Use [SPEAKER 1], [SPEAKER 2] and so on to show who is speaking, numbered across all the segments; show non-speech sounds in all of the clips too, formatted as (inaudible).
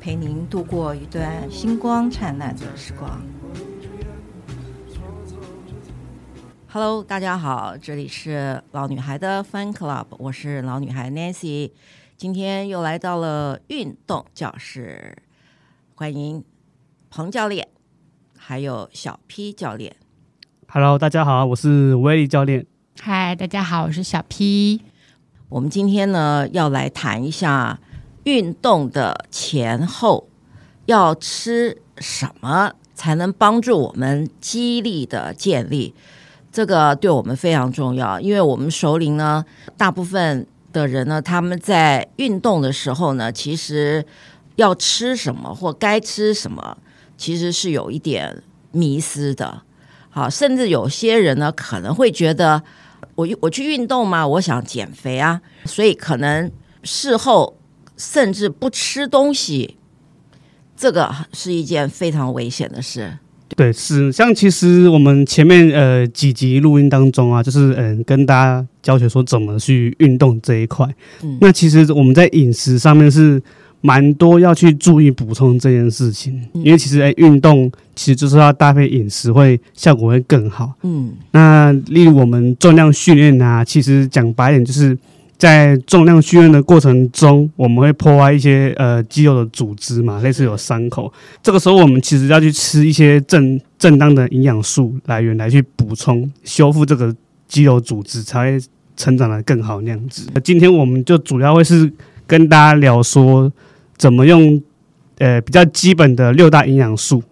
[SPEAKER 1] 陪您度过一段星光灿烂的时光。Hello，大家好，这里是老女孩的 Fun Club，我是老女孩 Nancy，今天又来到了运动教室，欢迎彭教练，还有小 P 教练。
[SPEAKER 2] Hello，大家好，我是威利教练。
[SPEAKER 3] 嗨，大家好，我是小 P。
[SPEAKER 1] 我们今天呢要来谈一下运动的前后要吃什么才能帮助我们肌力的建立，这个对我们非常重要，因为我们首领呢，大部分的人呢，他们在运动的时候呢，其实要吃什么或该吃什么，其实是有一点迷失的。好，甚至有些人呢可能会觉得。我我去运动嘛，我想减肥啊，所以可能事后甚至不吃东西，这个是一件非常危险的事。
[SPEAKER 2] 对，是像其实我们前面呃几集录音当中啊，就是嗯、呃、跟大家教学说怎么去运动这一块。
[SPEAKER 1] 嗯
[SPEAKER 2] 那其实我们在饮食上面是蛮多要去注意补充这件事情，
[SPEAKER 1] 嗯
[SPEAKER 2] 因为其实哎运动其实就是要搭配饮食会效果会更好。
[SPEAKER 1] 嗯
[SPEAKER 2] 那例如我们重量训练啊，其实讲白点就是。在重量训练的过程中，我们会破坏一些呃肌肉的组织嘛，类似有伤口。这个时候，我们其实要去吃一些正正当的营养素来源来去补充修复这个肌肉组织，才会成长的更好那样子。今天我们就主要会是跟大家聊说怎么用呃比较基本的六大营养素，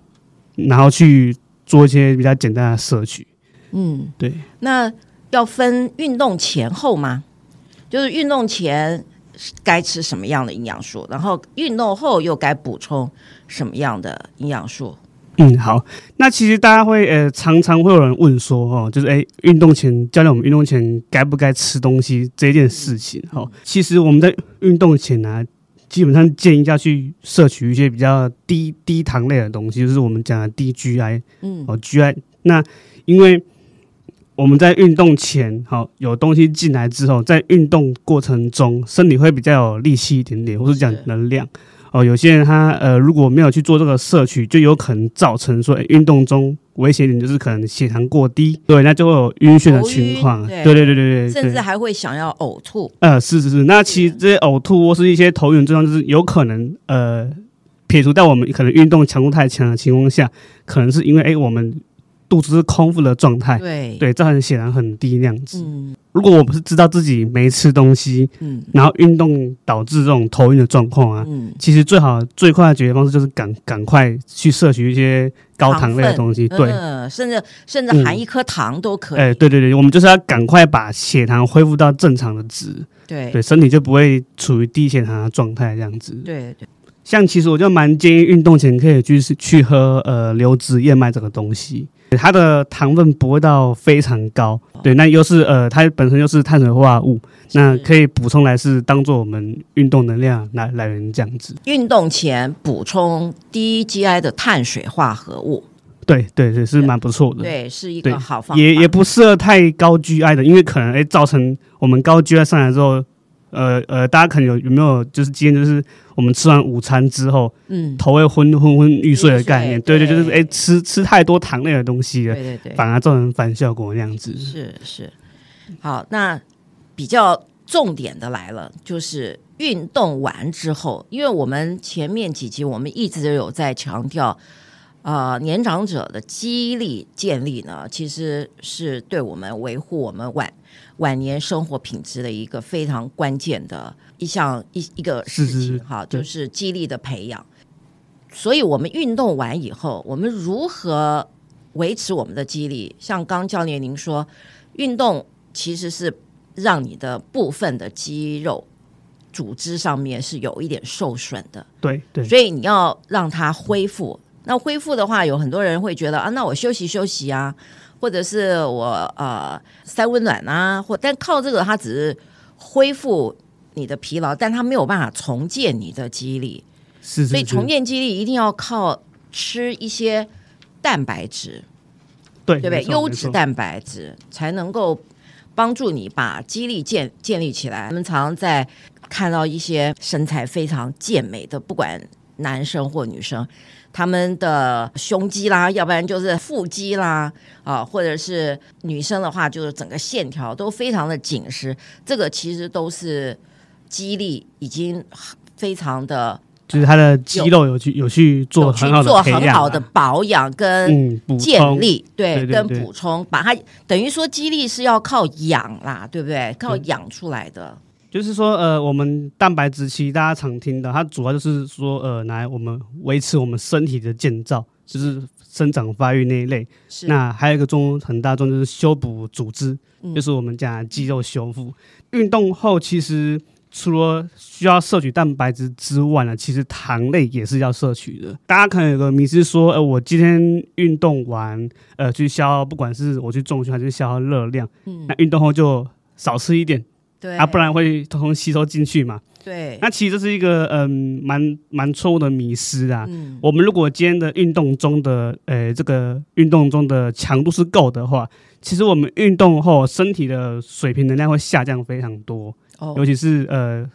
[SPEAKER 2] 然后去做一些比较简单的摄取。
[SPEAKER 1] 嗯，
[SPEAKER 2] 对。
[SPEAKER 1] 那要分运动前后吗？就是运动前该吃什么样的营养素，然后运动后又该补充什么样的营养素？
[SPEAKER 2] 嗯，好。那其实大家会呃，常常会有人问说，哦，就是哎，运动前教练，我们运动前该不该吃东西这件事情？哦，其实我们在运动前呢、基本上建议要去摄取一些比较低低糖类的东西，就是我们讲的低 GI
[SPEAKER 1] 嗯
[SPEAKER 2] 哦 GI。那因为我们在运动前，好、有东西进来之后，在运动过程中，身体会比较有力气一点点，或是讲
[SPEAKER 1] 是
[SPEAKER 2] 能量。哦，有些人他呃如果没有去做这个摄取，就有可能造成说、诶运动中危险点就是可能血糖过低，对，那就会有晕眩的
[SPEAKER 1] 头晕
[SPEAKER 2] 情况。
[SPEAKER 1] 对
[SPEAKER 2] 对对对对对，
[SPEAKER 1] 甚至
[SPEAKER 2] 对
[SPEAKER 1] 还会想要呕吐。
[SPEAKER 2] 呃，是是是，那其实这些呕吐或是一些头晕症状，就是有可能呃，撇除掉我们可能运动强度太强的情况下，可能是因为哎、我们肚子是空腹的状态，
[SPEAKER 1] 对，
[SPEAKER 2] 对，造成血糖很低那样子。
[SPEAKER 1] 嗯
[SPEAKER 2] 如果我们是知道自己没吃东西，
[SPEAKER 1] 嗯
[SPEAKER 2] 然后运动导致这种头晕的状况啊，
[SPEAKER 1] 嗯，
[SPEAKER 2] 其实最好最快的解决方式就是赶赶快去摄取一些高糖类的东西，对。
[SPEAKER 1] 嗯，甚至甚至含一颗糖都可以。
[SPEAKER 2] 哎，对对对，我们就是要赶快把血糖恢复到正常的值，
[SPEAKER 1] 对
[SPEAKER 2] 对身体就不会处于低血糖的状态这样子。
[SPEAKER 1] 对对，
[SPEAKER 2] 像其实我就蛮建议运动前可以去去喝呃流质燕麦这个东西，它的糖分不会到非常高，
[SPEAKER 1] 哦
[SPEAKER 2] 对，那又是呃它本身又是碳水化合物，那可以补充来是当做我们运动能量来来源这样子。
[SPEAKER 1] 运动前补充低 GI 的碳水化合物，
[SPEAKER 2] 对对对，是蛮不错的。
[SPEAKER 1] 对，是一
[SPEAKER 2] 嗯对
[SPEAKER 1] 个好方法。
[SPEAKER 2] 也也不适合太高 GI 的，因为可能诶造成我们高 GI 上来之后，呃呃，大家可能有有没有就是今天就是我们吃完午餐之后
[SPEAKER 1] 嗯，
[SPEAKER 2] 头会昏昏昏欲睡的概念，
[SPEAKER 1] 欲睡
[SPEAKER 2] 对对，就是
[SPEAKER 1] 对
[SPEAKER 2] 诶吃吃太多糖类的东西了，
[SPEAKER 1] 对对嗯对，
[SPEAKER 2] 反而造成反效果那样子。
[SPEAKER 1] 是是。好，那比较重点的来了，就是运动完之后，因为我们前面几集我们一直有在强调。呃，年长者的肌力建立呢，其实是对我们维护我们晚晚年生活品质的一个非常关键的一项一一个事
[SPEAKER 2] 是是
[SPEAKER 1] 情
[SPEAKER 2] 是
[SPEAKER 1] 哈，
[SPEAKER 2] 对
[SPEAKER 1] 就是肌力的培养。所以，我们运动完以后，我们如何维持我们的肌力？像刚教练您说，运动其实是让你的部分的肌肉组织上面是有一点受损的，
[SPEAKER 2] 对对
[SPEAKER 1] 所以你要让它恢复。那恢复的话，有很多人会觉得啊，那我休息休息啊，或者是我呃三温暖啊，或但靠这个它只是恢复你的疲劳，但它没有办法重建你的肌力。
[SPEAKER 2] 是是
[SPEAKER 1] 所以
[SPEAKER 2] 是
[SPEAKER 1] 重建肌力一定要靠吃一些蛋白质，
[SPEAKER 2] 对
[SPEAKER 1] 对不对？
[SPEAKER 2] 没错
[SPEAKER 1] 优
[SPEAKER 2] 没
[SPEAKER 1] 质
[SPEAKER 2] 错
[SPEAKER 1] 蛋白质才能够帮助你把肌力建建立起来。我们常在看到一些身材非常健美的，不管男生或女生，他们的胸肌啦，要不然就是腹肌啦，啊，或者是女生的话，就是整个线条都非常的紧实。这个其实都是肌力已经非常的
[SPEAKER 2] 就是他的肌肉有去有去做
[SPEAKER 1] 有去
[SPEAKER 2] 很好
[SPEAKER 1] 做
[SPEAKER 2] 的培
[SPEAKER 1] 很
[SPEAKER 2] 养
[SPEAKER 1] 好
[SPEAKER 2] 啊，
[SPEAKER 1] 的保养跟
[SPEAKER 2] 嗯补
[SPEAKER 1] 建
[SPEAKER 2] 充，
[SPEAKER 1] 立，对，
[SPEAKER 2] 对对
[SPEAKER 1] 跟
[SPEAKER 2] 对
[SPEAKER 1] 补充，把它等于说肌力是要靠养啦，对不对？靠养出来的，
[SPEAKER 2] 就是说呃，我们蛋白质其实大家常听到，它主要就是说呃，拿来我们维持我们身体的建造，就是生长发育那一类。
[SPEAKER 1] 是
[SPEAKER 2] 那还有一个重很大重就是修补组织，
[SPEAKER 1] 嗯
[SPEAKER 2] 就是我们讲的肌肉修复。运动后其实除了需要摄取蛋白质之外呢，其实糖类也是要摄取的。大家可能有个迷思说，呃，我今天运动完，呃，去消耗，不管是我去重训还是消耗热量，
[SPEAKER 1] 嗯
[SPEAKER 2] 那，运动后就少吃一点
[SPEAKER 1] 对
[SPEAKER 2] 啊，不然会通通吸收进去嘛。
[SPEAKER 1] 对，
[SPEAKER 2] 那其实这是一个嗯，蛮蛮错误的迷失啊。
[SPEAKER 1] 嗯
[SPEAKER 2] 我们如果今天的运动中的呃这个运动中的强度是够的话，其实我们运动后身体的水平能量会下降非常多，
[SPEAKER 1] 哦
[SPEAKER 2] 尤其是呃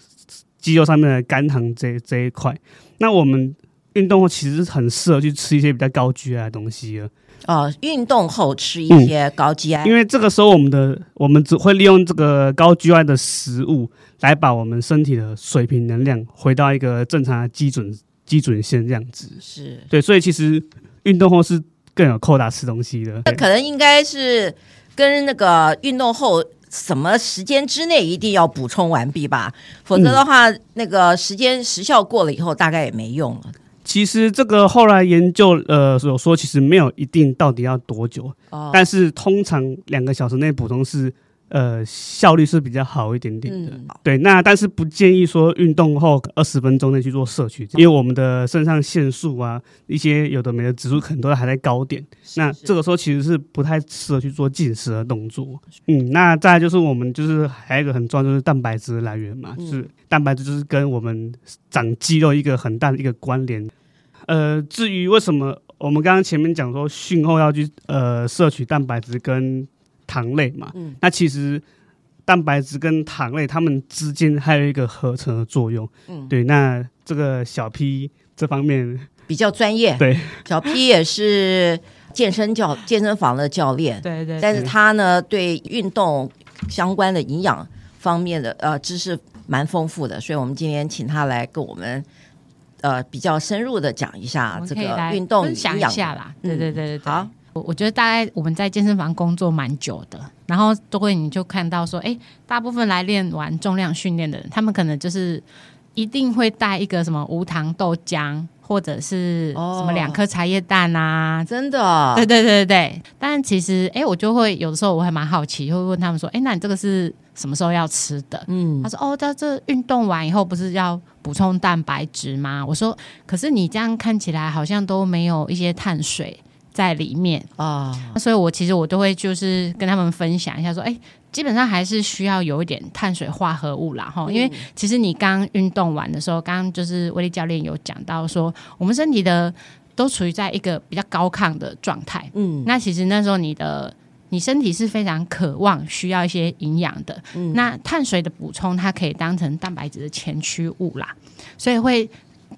[SPEAKER 2] 肌肉上面的肝糖这这一块。那我们运动后其实是很适合去吃一些比较高 GI 的东西了，
[SPEAKER 1] 哦，运动后吃一
[SPEAKER 2] 嗯
[SPEAKER 1] 些高 GI，
[SPEAKER 2] 因为这个时候我们的我们只会利用这个高 GI 的食物来把我们身体的水平能量回到一个正常的基准基准线这样子。
[SPEAKER 1] 是
[SPEAKER 2] 对，所以其实运动后是更有扣打吃东西的。
[SPEAKER 1] 那可能应该是跟那个运动后什么时间之内一定要补充完毕吧，
[SPEAKER 2] 嗯
[SPEAKER 1] 否则的话，那个时间时效过了以后，大概也没用了。
[SPEAKER 2] 其实这个后来研究呃有说，其实没有一定到底要多久，
[SPEAKER 1] 哦，
[SPEAKER 2] 但是通常两个小时内补充是呃效率是比较好一点点的。
[SPEAKER 1] 嗯，
[SPEAKER 2] 对，那但是不建议说运动后二十分钟内去做摄取，因为我们的肾上腺素啊，一些有的没的指数可能都还在高点。那这
[SPEAKER 1] 个
[SPEAKER 2] 个时候其实是不太适合去做进食的动作。嗯，那再来就是我们就是还有一个很重要就是蛋白质的来源嘛，
[SPEAKER 1] 嗯
[SPEAKER 2] 就是蛋白质就是跟我们长肌肉一个很大的一个关联。呃，至于为什么我们刚刚前面讲说训后要去呃摄取蛋白质跟糖类嘛，
[SPEAKER 1] 嗯
[SPEAKER 2] 那其实蛋白质跟糖类它们之间还有一个合成的作用。
[SPEAKER 1] 嗯
[SPEAKER 2] 对，那这个小 P 这方面
[SPEAKER 1] 比较专业，
[SPEAKER 2] 对，
[SPEAKER 1] 小 P 也是健身教健身房的教练，
[SPEAKER 3] 对对
[SPEAKER 1] 但是他呢对运动相关的营养方面的呃知识蛮丰富的，所以我们今天请他来跟我们呃比较深入的讲一
[SPEAKER 3] 我
[SPEAKER 1] 下
[SPEAKER 3] 们
[SPEAKER 1] 这
[SPEAKER 3] 可以
[SPEAKER 1] 个
[SPEAKER 3] 来
[SPEAKER 1] 运动
[SPEAKER 3] 分享
[SPEAKER 1] 营
[SPEAKER 3] 一
[SPEAKER 1] 养。
[SPEAKER 3] 下啦。
[SPEAKER 1] 嗯
[SPEAKER 3] 对对对对对，
[SPEAKER 1] 好，
[SPEAKER 3] 我我觉得大概我们在健身房工作蛮久的，然后都会你就看到说，哎，大部分来练完重量训练的人，他们可能就是一定会带一个什么无糖豆浆，或者是
[SPEAKER 1] 哦
[SPEAKER 3] 什么两颗茶叶蛋啊。
[SPEAKER 1] 真的，
[SPEAKER 3] 对对对对对，但其实哎，我就会有的时候我还蛮好奇，会问他们说，哎，那你这个是什么时候要吃的？
[SPEAKER 1] 嗯
[SPEAKER 3] 他，说：“哦，他这运动完以后不是要补充蛋白质吗？”我说：“可是你这样看起来好像都没有一些碳水在里面，
[SPEAKER 1] 啊，
[SPEAKER 3] 所以我其实我都会就是跟他们分享一下说，哎，基本上还是需要有一点碳水化合物啦，哈，因为其实你刚运动完的时候，刚刚就是威力教练有讲到说，我们身体的都处于在一个比较高亢的状态，
[SPEAKER 1] 嗯，
[SPEAKER 3] 那其实那时候你的你身体是非常渴望需要一些营养的，
[SPEAKER 1] 嗯
[SPEAKER 3] 那碳水的补充它可以当成蛋白质的前驱物啦，所以会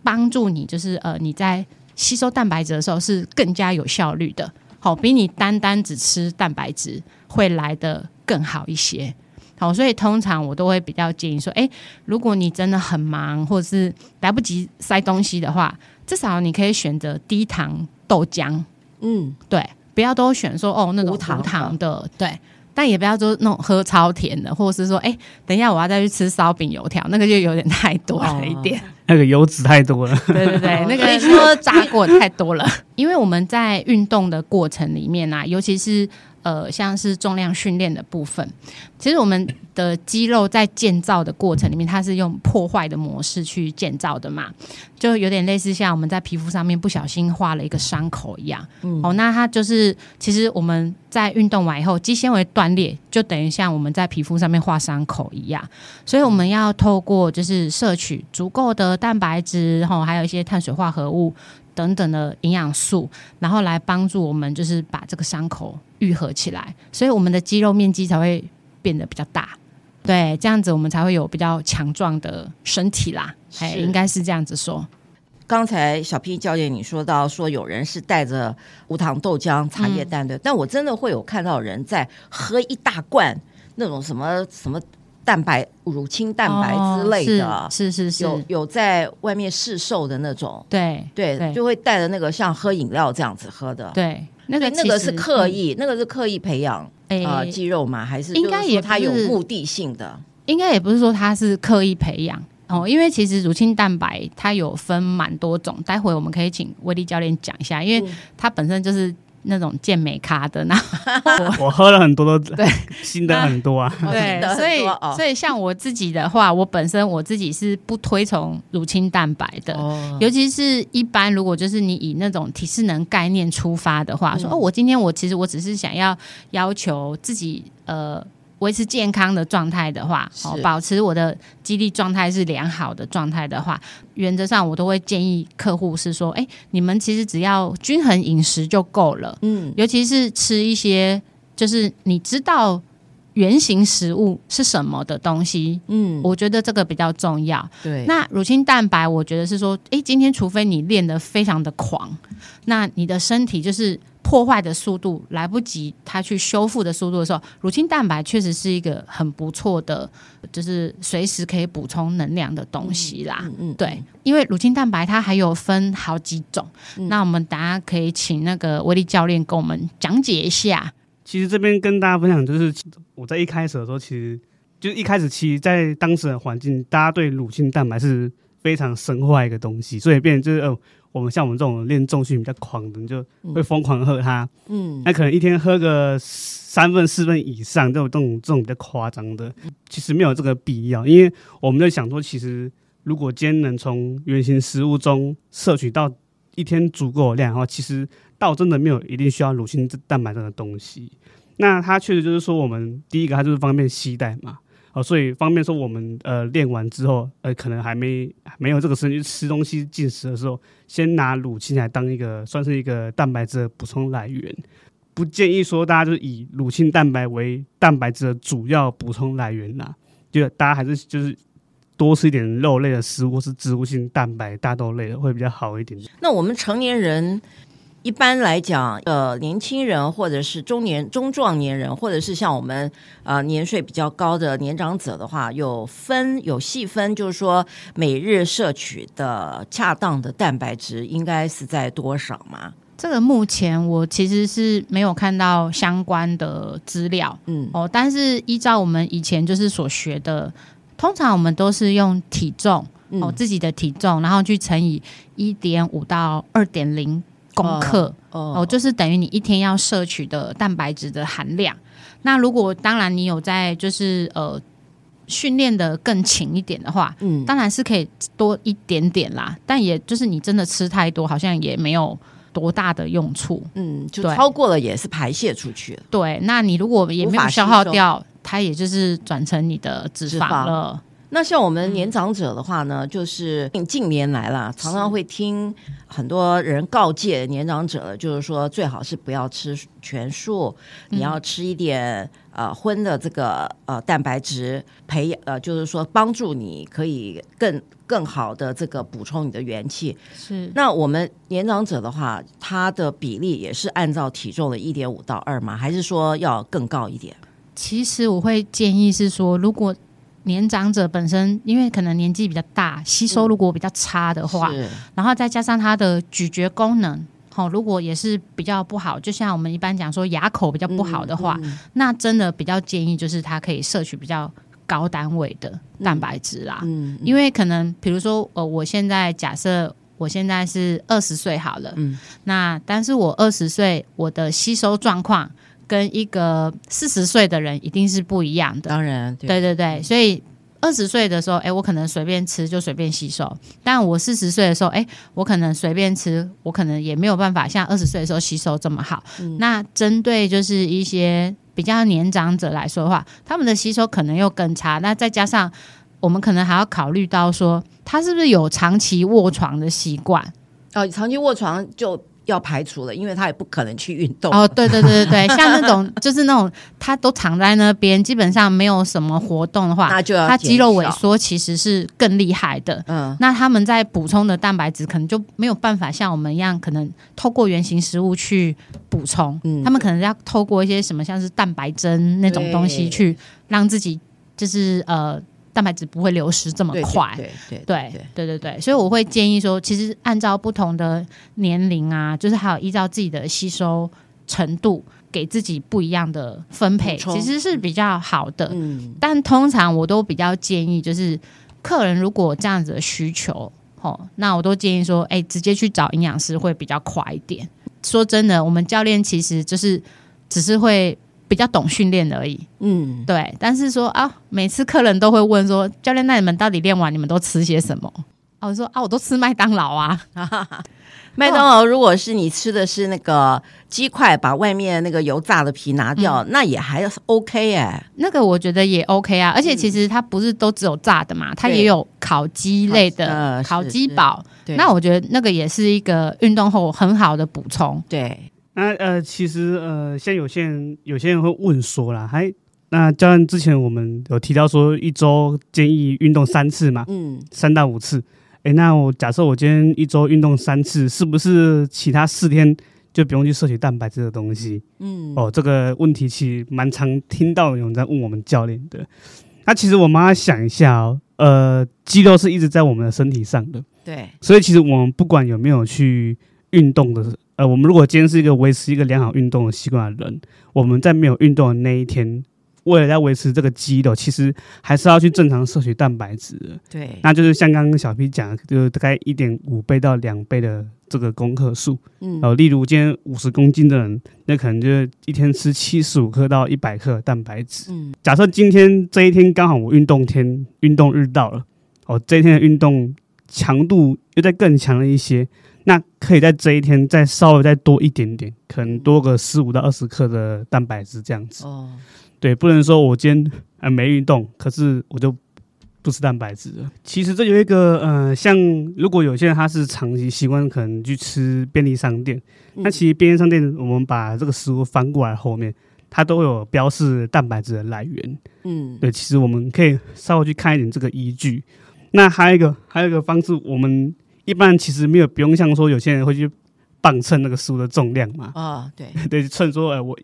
[SPEAKER 3] 帮助你就是呃你在吸收蛋白质的时候是更加有效率的，好、比你单单只吃蛋白质会来的更好一些。好，所以通常我都会比较建议说，诶，如果你真的很忙，或者是来不及塞东西的话，至少你可以选择低糖豆浆，
[SPEAKER 1] 嗯，
[SPEAKER 3] 对，不要都选说哦那种
[SPEAKER 1] 无糖
[SPEAKER 3] 无糖的，对。但也不要说那种喝超甜的，或者是说，哎、等一下我要再去吃烧饼油条，那个就有点太多了一点。
[SPEAKER 2] 那个油脂太多了。
[SPEAKER 3] 对对对
[SPEAKER 1] (laughs) 哦，
[SPEAKER 3] 那
[SPEAKER 1] 所以
[SPEAKER 3] 个
[SPEAKER 1] 说
[SPEAKER 3] (laughs) 说炸果太多了。因为我们在运动的过程里面啊，尤其是呃像是重量训练的部分，其实我们的肌肉在建造的过程里面，它是用破坏的模式去建造的嘛，就有点类似像我们在皮肤上面不小心画了一个伤口一样。
[SPEAKER 1] 嗯
[SPEAKER 3] 哦，那它就是其实我们在运动完以后，肌纤维断裂就等于像我们在皮肤上面画伤口一样，所以我们要透过就是摄取足够的蛋白质，吼、还有一些碳水化合物。等等的营养素，然后来帮助我们，就是把这个伤口愈合起来，所以我们的肌肉面积才会变得比较大。对，这样子我们才会有比较强壮的身体啦。哎，
[SPEAKER 1] 是
[SPEAKER 3] 应该是这样子说。
[SPEAKER 1] 刚才小 P 教练你说到说有人是带着无糖豆浆、茶叶蛋
[SPEAKER 3] 嗯
[SPEAKER 1] 的，但我真的会有看到人在喝一大罐那种什么什么蛋白乳清蛋白之类的，
[SPEAKER 3] 哦是是是
[SPEAKER 1] 有
[SPEAKER 3] 是，
[SPEAKER 1] 有在外面市售的那种，
[SPEAKER 3] 对
[SPEAKER 1] 对，
[SPEAKER 3] 对
[SPEAKER 1] 就会带着那个像喝饮料这样子喝的。
[SPEAKER 3] 对，那
[SPEAKER 1] 对
[SPEAKER 3] 个
[SPEAKER 1] 那个
[SPEAKER 3] 其
[SPEAKER 1] 是
[SPEAKER 3] 实嗯
[SPEAKER 1] 刻，意，那个是刻意培养
[SPEAKER 3] 哎、
[SPEAKER 1] 啊肌肉嘛，还是
[SPEAKER 3] 应该
[SPEAKER 1] 就是说
[SPEAKER 3] 也不
[SPEAKER 1] 它有
[SPEAKER 3] 是
[SPEAKER 1] 目的性的，
[SPEAKER 3] 应该也不是说它是刻意培养哦，因为其实乳清蛋白它有分蛮多种，待会我们可以请威力教练讲一下，因
[SPEAKER 1] 嗯
[SPEAKER 3] 为它本身就是那种健美咖的那
[SPEAKER 2] (laughs) 我喝了很多的
[SPEAKER 3] 对，
[SPEAKER 2] 新的很多啊。
[SPEAKER 3] (laughs) 对
[SPEAKER 1] (laughs) 记得，很
[SPEAKER 3] 所以、
[SPEAKER 1] 多哦
[SPEAKER 3] 所以像我自己的话，我本身我自己是不推崇乳清蛋白的。
[SPEAKER 1] 哦
[SPEAKER 3] 尤其是一般，如果就是你以那种体适能概念出发的话，说哦，我今天我其实我只是想要要求自己呃维持健康的状态的话，哦
[SPEAKER 1] 是，
[SPEAKER 3] 保持我的肌力状态是良好的状态的话，原则上我都会建议客户是说，哎，你们其实只要均衡饮食就够了。
[SPEAKER 1] 嗯，
[SPEAKER 3] 尤其是吃一些就是你知道原型食物是什么的东西，
[SPEAKER 1] 嗯，
[SPEAKER 3] 我觉得这个比较重要。
[SPEAKER 1] 对，
[SPEAKER 3] 那乳清蛋白，我觉得是说，诶，今天除非你练得非常的狂，那你的身体就是破坏的速度来不及它去修复的速度的时候，乳清蛋白确实是一个很不错的，就是随时可以补充能量的东西啦。
[SPEAKER 1] 嗯嗯，
[SPEAKER 3] 对，因为乳清蛋白它还有分好几种，
[SPEAKER 1] 嗯
[SPEAKER 3] 那我们大家可以请那个威力教练跟我们讲解一下。
[SPEAKER 2] 其实这边跟大家分享，就是我在一开始的时候，其实就是一开始，其实在当时的环境，大家对乳清蛋白是非常深化一个东西，所以变成就是呃，我们像我们这种练重训比较狂的，你就会疯狂喝它。
[SPEAKER 1] 嗯，
[SPEAKER 2] 那可能一天喝个三份四份以上，这种这种这种比较夸张的，其实没有这个必要，因为我们在想说，其实如果今天能从原型食物中摄取到一天足够的量的话，其实倒真的没有一定需要乳清蛋白这个东西。那它确实就是说，我们第一个它就是方便携带嘛，哦，所以方便说我们呃练完之后，呃可能还没没有这个时间去吃东西进食的时候，先拿乳清来当一个算是一个蛋白质的补充来源。不建议说大家就是以乳清蛋白为蛋白质的主要补充来源啦，就大家还是就是多吃一点肉类的食物或是植物性蛋白、大豆类的会比较好一点。
[SPEAKER 1] 那我们成年人一般来讲，呃，年轻人或者是中年、中壮年人，或者是像我们呃年岁比较高的年长者的话，有分有细分，就是说每日摄取的恰当的蛋白质应该是在多少嘛？
[SPEAKER 3] 这个目前我其实是没有看到相关的资料，
[SPEAKER 1] 嗯，
[SPEAKER 3] 哦，但是依照我们以前就是所学的，通常我们都是用体重、
[SPEAKER 1] 嗯
[SPEAKER 3] 哦自己的体重，然后去乘以一点五到二点零公克哦
[SPEAKER 1] 哦
[SPEAKER 3] 就是等于你一天要摄取的蛋白质的含量。那如果当然你有在就是呃训练的更勤一点的话，
[SPEAKER 1] 嗯，
[SPEAKER 3] 当然是可以多一点点啦，但也就是你真的吃太多，好像也没有多大的用处。
[SPEAKER 1] 嗯，就
[SPEAKER 3] 对
[SPEAKER 1] 超过了也是排泄出去了。
[SPEAKER 3] 对，那你如果也没
[SPEAKER 1] 无法
[SPEAKER 3] 有
[SPEAKER 1] 吸
[SPEAKER 3] 消耗
[SPEAKER 1] 收
[SPEAKER 3] 掉，它也就是转成你的脂
[SPEAKER 1] 脂肪
[SPEAKER 3] 肪了。
[SPEAKER 1] 那像我们
[SPEAKER 3] 嗯
[SPEAKER 1] 年长者的话呢，就是近近年来啦，常常会听很多人告诫年长者，就是说最好是不要吃全素，你要吃一点呃荤的这个呃蛋白质，培养呃就是说帮助你可以更更好的这个补充你的元气。
[SPEAKER 3] 是
[SPEAKER 1] 那我们年长者的话，他的比例也是按照体重的一点五到二吗？还是说要更高一点？
[SPEAKER 3] 其实我会建议是说，如果年长者本身因为可能年纪比较大，吸收如果比较差的话，
[SPEAKER 1] 嗯是
[SPEAKER 3] 然后再加上他的咀嚼功能，好、如果也是比较不好，就像我们一般讲说牙口比较不好的
[SPEAKER 1] 嗯
[SPEAKER 3] 话，那真的比较建议就是他可以摄取比较高单位的蛋白质啦。
[SPEAKER 1] 嗯，
[SPEAKER 3] 啊因为可能比如说，呃，我现在假设我现在是二十岁好了，
[SPEAKER 1] 嗯
[SPEAKER 3] 那但是我二十岁我的吸收状况跟一个四十岁的人一定是不一样的。
[SPEAKER 1] 当然，对嗯
[SPEAKER 3] 对对对，所以二十岁的时候，哎，我可能随便吃就随便吸收，但我四十岁的时候，哎，我可能随便吃，我可能也没有办法像二十岁的时候吸收这么好。
[SPEAKER 1] 嗯
[SPEAKER 3] 那针对就是一些比较年长者来说的话，他们的吸收可能又更差。那再加上我们可能还要考虑到说，他是不是有长期卧床的习惯？
[SPEAKER 1] 哦，长期卧床就要排除了，因为他也不可能去运动。
[SPEAKER 3] 哦，对对对对对，像那
[SPEAKER 1] (laughs)
[SPEAKER 3] 种就是那种他都躺在那边，基本上没有什么活动的话，
[SPEAKER 1] 那就要
[SPEAKER 3] 它啊肌肉
[SPEAKER 1] 减
[SPEAKER 3] 萎
[SPEAKER 1] 少，
[SPEAKER 3] 缩其实是更厉害的。
[SPEAKER 1] 嗯，
[SPEAKER 3] 那他们在补充的蛋白质可能就没有办法像我们一样，可能透过原型食物去补充。
[SPEAKER 1] 嗯
[SPEAKER 3] 他们可能要透过一些什么像是蛋白针那种东西
[SPEAKER 1] 对
[SPEAKER 3] 去让自己就是呃蛋白质不会流失这么
[SPEAKER 1] 对
[SPEAKER 3] 快。
[SPEAKER 1] 对对
[SPEAKER 3] 对对对对，所以我会建议说，其实按照不同的年龄啊，就是还有依照自己的吸收程度，给自己不一样的分配，
[SPEAKER 1] 补充
[SPEAKER 3] 其实是比较好的。
[SPEAKER 1] 嗯，
[SPEAKER 3] 但通常我都比较建议，就是客人如果有这样子的需求，哦，那我都建议说，哎、直接去找营养师会比较快一点。说真的，我们教练其实就是只是会比较懂训练而已，
[SPEAKER 1] 嗯，
[SPEAKER 3] 对。但是说啊，每次客人都会问说，教练，那你们到底练完你们都吃些什么？啊，我说啊，我都吃麦当劳啊， (laughs)
[SPEAKER 1] 麦当劳如果是你吃的是那个鸡块，把外面那个油炸的皮拿
[SPEAKER 3] 嗯
[SPEAKER 1] 掉，那也还 OK 哎、
[SPEAKER 3] 那个我觉得也 OK 啊。而且其实它不是都只有炸的嘛，它
[SPEAKER 1] 对
[SPEAKER 3] 也有烤鸡类
[SPEAKER 1] 烤鸡
[SPEAKER 3] 的
[SPEAKER 1] 呃
[SPEAKER 3] 烤
[SPEAKER 1] 是
[SPEAKER 3] 鸡
[SPEAKER 1] 是
[SPEAKER 3] 堡，
[SPEAKER 1] 对，
[SPEAKER 3] 那我觉得那个也是一个运动后很好的补充。
[SPEAKER 1] 对，
[SPEAKER 2] 那呃，其实呃，像有些人有些人会问说啦，还那教练之前我们有提到说一周建议运动三次嘛，
[SPEAKER 1] 嗯，
[SPEAKER 2] 三到五次。诶，那我假设我今天一周运动三次，是不是其他四天就不用去摄取蛋白质的东西？嗯，哦，这个问题其实蛮常听到有人在问我们教练的。那其实我们要想一下哦，呃，肌肉是一直在我们的身体上的，
[SPEAKER 1] 对，
[SPEAKER 2] 所以其实我们不管有没有去运动的，呃，我们如果今天是一个维持一个良好运动的习惯的人，我们在没有运动的那一天，为了要维持这个肌肉，其实还是要去正常摄取蛋白质的。
[SPEAKER 1] 对，
[SPEAKER 2] 那就是像刚刚小 P 讲的，就是大概一点五倍到两倍的这个功课数。
[SPEAKER 1] 嗯，
[SPEAKER 2] 呃，例如今天五十公斤的人，那可能就是一天吃七十五克到一百克蛋白质。
[SPEAKER 1] 嗯，
[SPEAKER 2] 假设今天这一天刚好我运动天运动日到了，哦，这一天的运动强度又再更强了一些，那可以在这一天再稍微再多一点点，可能多个十五到二十克的蛋白质这样子。
[SPEAKER 1] 哦，
[SPEAKER 2] 对，不能说我今天呃没运动，可是我就不吃蛋白质了。其实这有一个呃，像如果有些人他是长期习惯可能去吃便利商店，
[SPEAKER 1] 嗯
[SPEAKER 2] 那其实便利商店我们把这个食物翻过来后面，它都会有标示蛋白质的来源。
[SPEAKER 1] 嗯，
[SPEAKER 2] 对，其实我们可以稍微去看一点这个依据。那还有一个还有一个方式，我们一般其实没有不用像说有些人会去磅称那个食物的重量嘛，
[SPEAKER 1] 哦，对，
[SPEAKER 2] 对，称说呃我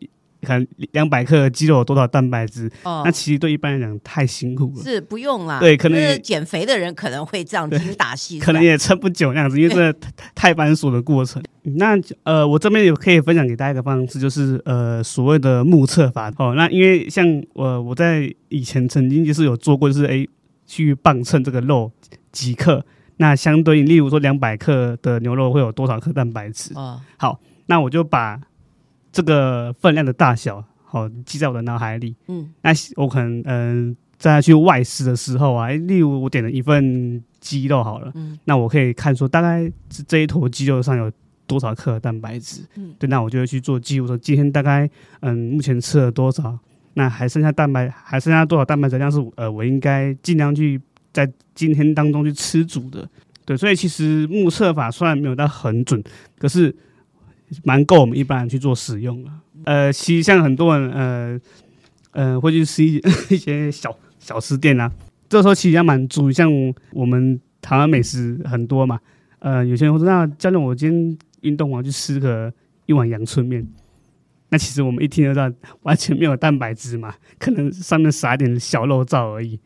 [SPEAKER 2] 可能两百克的鸡肉有多少蛋白质，
[SPEAKER 1] 哦
[SPEAKER 2] 那，其实对一般人讲太辛苦了，
[SPEAKER 1] 是不用啦，
[SPEAKER 2] 对可能
[SPEAKER 1] 就是
[SPEAKER 2] 也
[SPEAKER 1] 减肥的人可能会这样精打细算，
[SPEAKER 2] 可能也撑不久那样子，因为这太太繁琐的过程。那呃，我这边也可以分享给大家一个方式，就是呃所谓的目测法哦。那因为像我、呃我在以前曾经就是有做过，就是诶去磅秤这个肉几克，那相对应，例如说两百克的牛肉会有多少克蛋白质？
[SPEAKER 1] 哦，
[SPEAKER 2] 那我就把这个分量的大小好、记在我的脑海里。
[SPEAKER 1] 嗯，
[SPEAKER 2] 那我可能嗯、呃在去外食的时候啊，诶例如我点了一份鸡肉好了，
[SPEAKER 1] 嗯
[SPEAKER 2] 那我可以看说大概这这一坨鸡肉上有多少克的蛋白质，
[SPEAKER 1] 嗯
[SPEAKER 2] 对，那我就会去做记录，说今天大概嗯目前吃了多少，那还剩下蛋白还剩下多少蛋白质量是我呃我应该尽量去在今天当中去吃足的，对，所以其实目测法虽然没有到很准，可是蛮够我们一般人去做使用了。呃，其实像很多人呃呃，会去吃一一些 (laughs) 小小吃店啊。这时候其实要满足，像我们台湾美食很多嘛，呃，有些人会说，那教练，我今天运动完去吃个一碗阳春面。那其实我们一听得到，完全没有蛋白质嘛，可能上面撒一点小肉燥而已，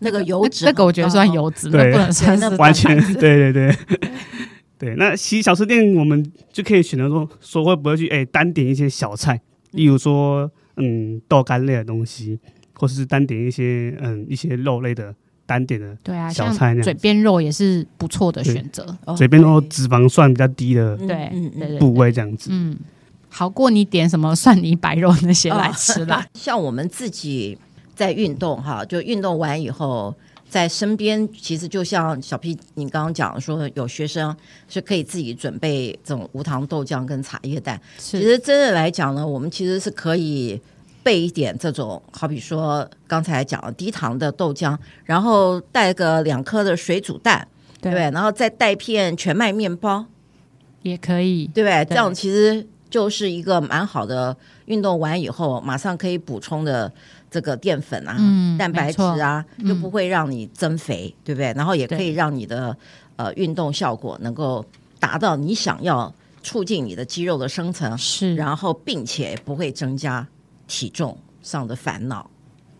[SPEAKER 1] 那个油脂哦
[SPEAKER 3] 那
[SPEAKER 1] 很高，
[SPEAKER 3] 个我觉得算油脂，
[SPEAKER 2] 对
[SPEAKER 3] 那不能算
[SPEAKER 1] 对
[SPEAKER 3] 是
[SPEAKER 1] 那
[SPEAKER 2] 完
[SPEAKER 3] 蛋
[SPEAKER 2] 全
[SPEAKER 3] 白质
[SPEAKER 2] (laughs) 对对对对。那其实小吃店我们就可以选择说，说会不会去哎、单点一些小菜，例如说嗯豆干类的东西，或是单点一些嗯一些肉类的单点的，
[SPEAKER 3] 对啊，
[SPEAKER 2] 小菜那
[SPEAKER 3] 像
[SPEAKER 2] 样
[SPEAKER 3] 嘴边肉也是不错的选择。
[SPEAKER 1] 哦
[SPEAKER 2] 随便都脂肪算比较低的
[SPEAKER 1] 嗯
[SPEAKER 3] 对
[SPEAKER 1] 嗯嗯
[SPEAKER 3] 对对，
[SPEAKER 2] 部位这样子。
[SPEAKER 3] 嗯，好过你点什么蒜泥白肉那些来吃啦。
[SPEAKER 1] 哦像我们自己在运动哈，就运动完以后，在身边其实就像小 P 你刚刚讲说，有学生是可以自己准备这种无糖豆浆跟茶叶蛋。 (laughs) 其
[SPEAKER 3] 是
[SPEAKER 1] 实真的来讲呢，我们其实是可以备一点这种，好比说刚才讲的低糖的豆浆，然后带个两颗的水煮蛋，对不对？然后再带片全麦面包，
[SPEAKER 3] 也可以。
[SPEAKER 1] 对不对？
[SPEAKER 3] 对
[SPEAKER 1] 这样其实就是一个蛮好的运动完以后马上可以补充的这个淀粉啊、
[SPEAKER 3] 嗯
[SPEAKER 1] 蛋白质啊，
[SPEAKER 3] 没错嗯
[SPEAKER 1] 又不会让你增肥，对不对？然后也可以
[SPEAKER 3] 对
[SPEAKER 1] 让你的呃运动效果能够达到你想要，促进你的肌肉的生成，
[SPEAKER 3] 是，
[SPEAKER 1] 然后并且不会增加体重上的烦恼。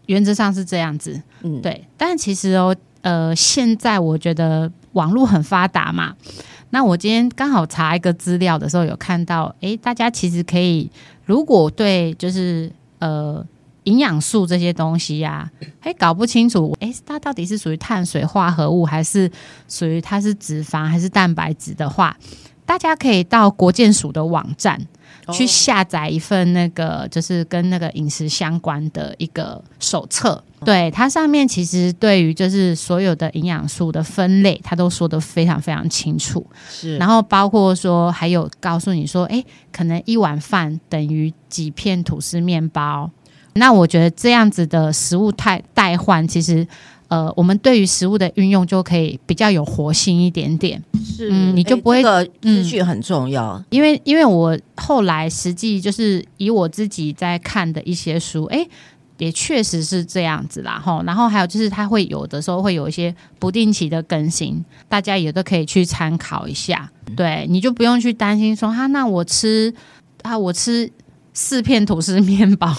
[SPEAKER 3] 原则上是这样子。
[SPEAKER 1] 嗯，，
[SPEAKER 3] 对，但其实哦，呃，现在我觉得网络很发达嘛。那我今天刚好查一个资料的时候，有看到，诶，大家其实可以，如果对就是呃营养素这些东西呀、还搞不清楚，诶，它到底是属于碳水化合物，还是属于它是脂肪，还是蛋白质的话，大家可以到国健署的网站，去下载一份那个就是跟那个饮食相关的一个手册。对它上面其实对于就是所有的营养素的分类，它都说得非常非常清楚。
[SPEAKER 1] 是，
[SPEAKER 3] 然后包括说还有告诉你说，哎，可能一碗饭等于几片吐司面包。那我觉得这样子的食物代代换，其实呃，我们对于食物的运用就可以比较有活性一点点。
[SPEAKER 1] 是
[SPEAKER 3] 嗯你就
[SPEAKER 1] 哎
[SPEAKER 3] 不会嗯
[SPEAKER 1] 这个资讯很重要。
[SPEAKER 3] 因为因为我后来实际就是以我自己在看的一些书，诶，也确实是这样子啦，吼。然后还有就是，它会有的时候会有一些不定期的更新，大家也都可以去参考一下。对，你就不用去担心说，哈、那我吃啊，我吃四片吐司面包，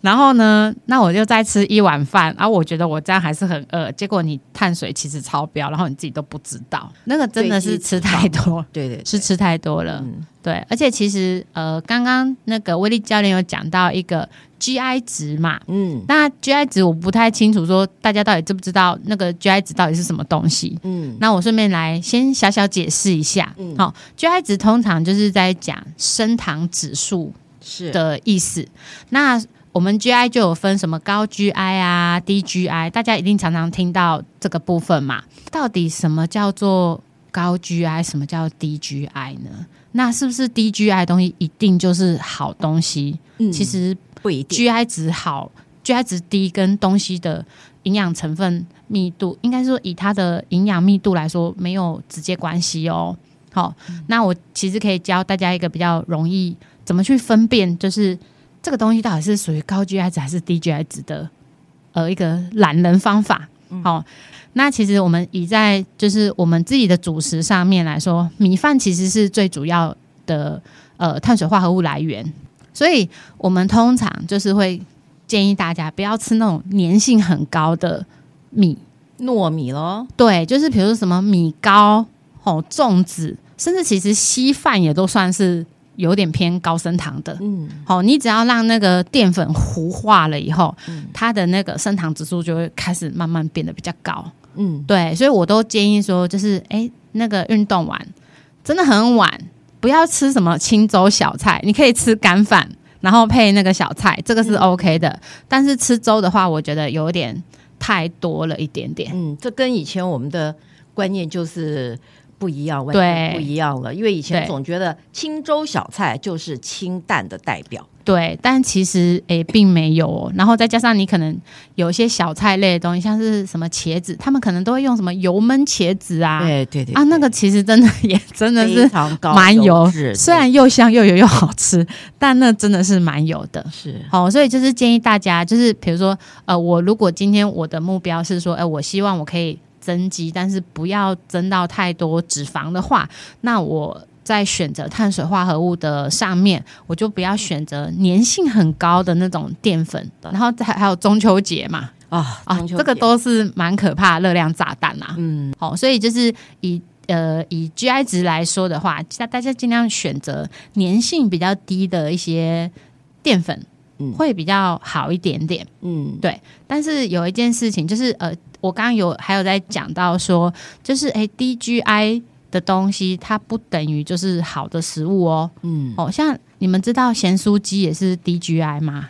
[SPEAKER 3] 然后呢， (laughs) 那我就再吃一碗饭，啊，我觉得我这样还是很饿，结果你碳水其实超标，然后你自己都不知道，那个真
[SPEAKER 1] 堆
[SPEAKER 3] 的
[SPEAKER 1] 积
[SPEAKER 3] 是吃
[SPEAKER 1] 脂肪
[SPEAKER 3] 太多。
[SPEAKER 1] 对对对
[SPEAKER 3] 是吃太多了，
[SPEAKER 1] 嗯
[SPEAKER 3] 对，而且其实呃，刚刚那个威力教练有讲到一个 GI 值嘛，
[SPEAKER 1] 嗯
[SPEAKER 3] 那 GI 值我不太清楚，说大家到底知不知道那个 GI 值到底是什么东西？
[SPEAKER 1] 嗯，
[SPEAKER 3] 那我顺便来先小小解释一下，
[SPEAKER 1] 嗯
[SPEAKER 3] 好、g i 值通常就是在讲升糖指数
[SPEAKER 1] 是
[SPEAKER 3] 的意思。那我们 GI 就有分什么高 GI 啊、低 GI，大家一定常常听到这个部分嘛。到底什么叫做高 GI，什么叫低 GI 呢？那是不是低 GI 的东西一定就是好东西？
[SPEAKER 1] 嗯
[SPEAKER 3] 其实
[SPEAKER 1] 不一定。
[SPEAKER 3] GI 值好，GI 值低跟东西的营养成分密度，应该说以它的营养密度来说，没有直接关系哦。好，那我其实可以教大家一个比较容易怎么去分辨，就是这个东西到底是属于高 GI 值还是低 GI 值的，呃，一个懒人方法。好、那其实我们以在就是我们自己的主食上面来说，米饭其实是最主要的呃碳水化合物来源，所以我们通常就是会建议大家不要吃那种粘性很高的米，
[SPEAKER 1] 糯米咯，
[SPEAKER 3] 对，就是比如说什么米糕、哦粽子，甚至其实稀饭也都算是有点偏高升糖的。
[SPEAKER 1] 嗯，
[SPEAKER 3] 好、你只要让那个淀粉糊化了以后，
[SPEAKER 1] 嗯
[SPEAKER 3] 它的那个升糖指数就会开始慢慢变得比较高。
[SPEAKER 1] 嗯，
[SPEAKER 3] 对，所以我都建议说，就是哎、诶那个运动完真的很晚，不要吃什么清粥小菜，你可以吃干饭，然后配那个小菜，这个是
[SPEAKER 1] 嗯
[SPEAKER 3] OK 的。但是吃粥的话，我觉得有点太多了一点点。
[SPEAKER 1] 嗯，这跟以前我们的观念就是不一样，完全
[SPEAKER 3] 对
[SPEAKER 1] 不一样了。因为以前
[SPEAKER 3] 对
[SPEAKER 1] 总觉得清粥小菜就是清淡的代表，
[SPEAKER 3] 对，但其实诶、并没有、哦。然后再加上你可能有一些小菜类的东西，像是什么茄子，他们可能都会用什么油焖茄子啊。
[SPEAKER 1] 对对对
[SPEAKER 3] 啊，那个其实真的也真的是
[SPEAKER 1] 非常高
[SPEAKER 3] 蛮油
[SPEAKER 1] 脂，，
[SPEAKER 3] 虽然又香又油又好吃，但那真的是蛮油的。
[SPEAKER 1] 是
[SPEAKER 3] 好，所以就是建议大家，就是比如说，呃，我如果今天我的目标是说，哎、我希望我可以增肌，但是不要增到太多脂肪的话，那我在选择碳水化合物的上面，我就不要选择粘性很高的那种淀粉，然后还还有中秋节嘛，
[SPEAKER 1] 啊
[SPEAKER 3] 啊，
[SPEAKER 1] 中秋
[SPEAKER 3] 这个
[SPEAKER 1] 节
[SPEAKER 3] 都是蛮可怕的热量炸弹啊。
[SPEAKER 1] 嗯
[SPEAKER 3] 好、所以就是以呃以 GI 值来说的话，大大家尽量选择粘性比较低的一些淀粉，
[SPEAKER 1] 嗯
[SPEAKER 3] 会比较好一点点。
[SPEAKER 1] 嗯
[SPEAKER 3] 对但是有一件事情就是呃，我刚刚有还有在讲到说，就是诶 d g i 的东西，它不等于就是好的食物哦。
[SPEAKER 1] 嗯，
[SPEAKER 3] 哦，像你们知道咸酥鸡也是 DGI 吗？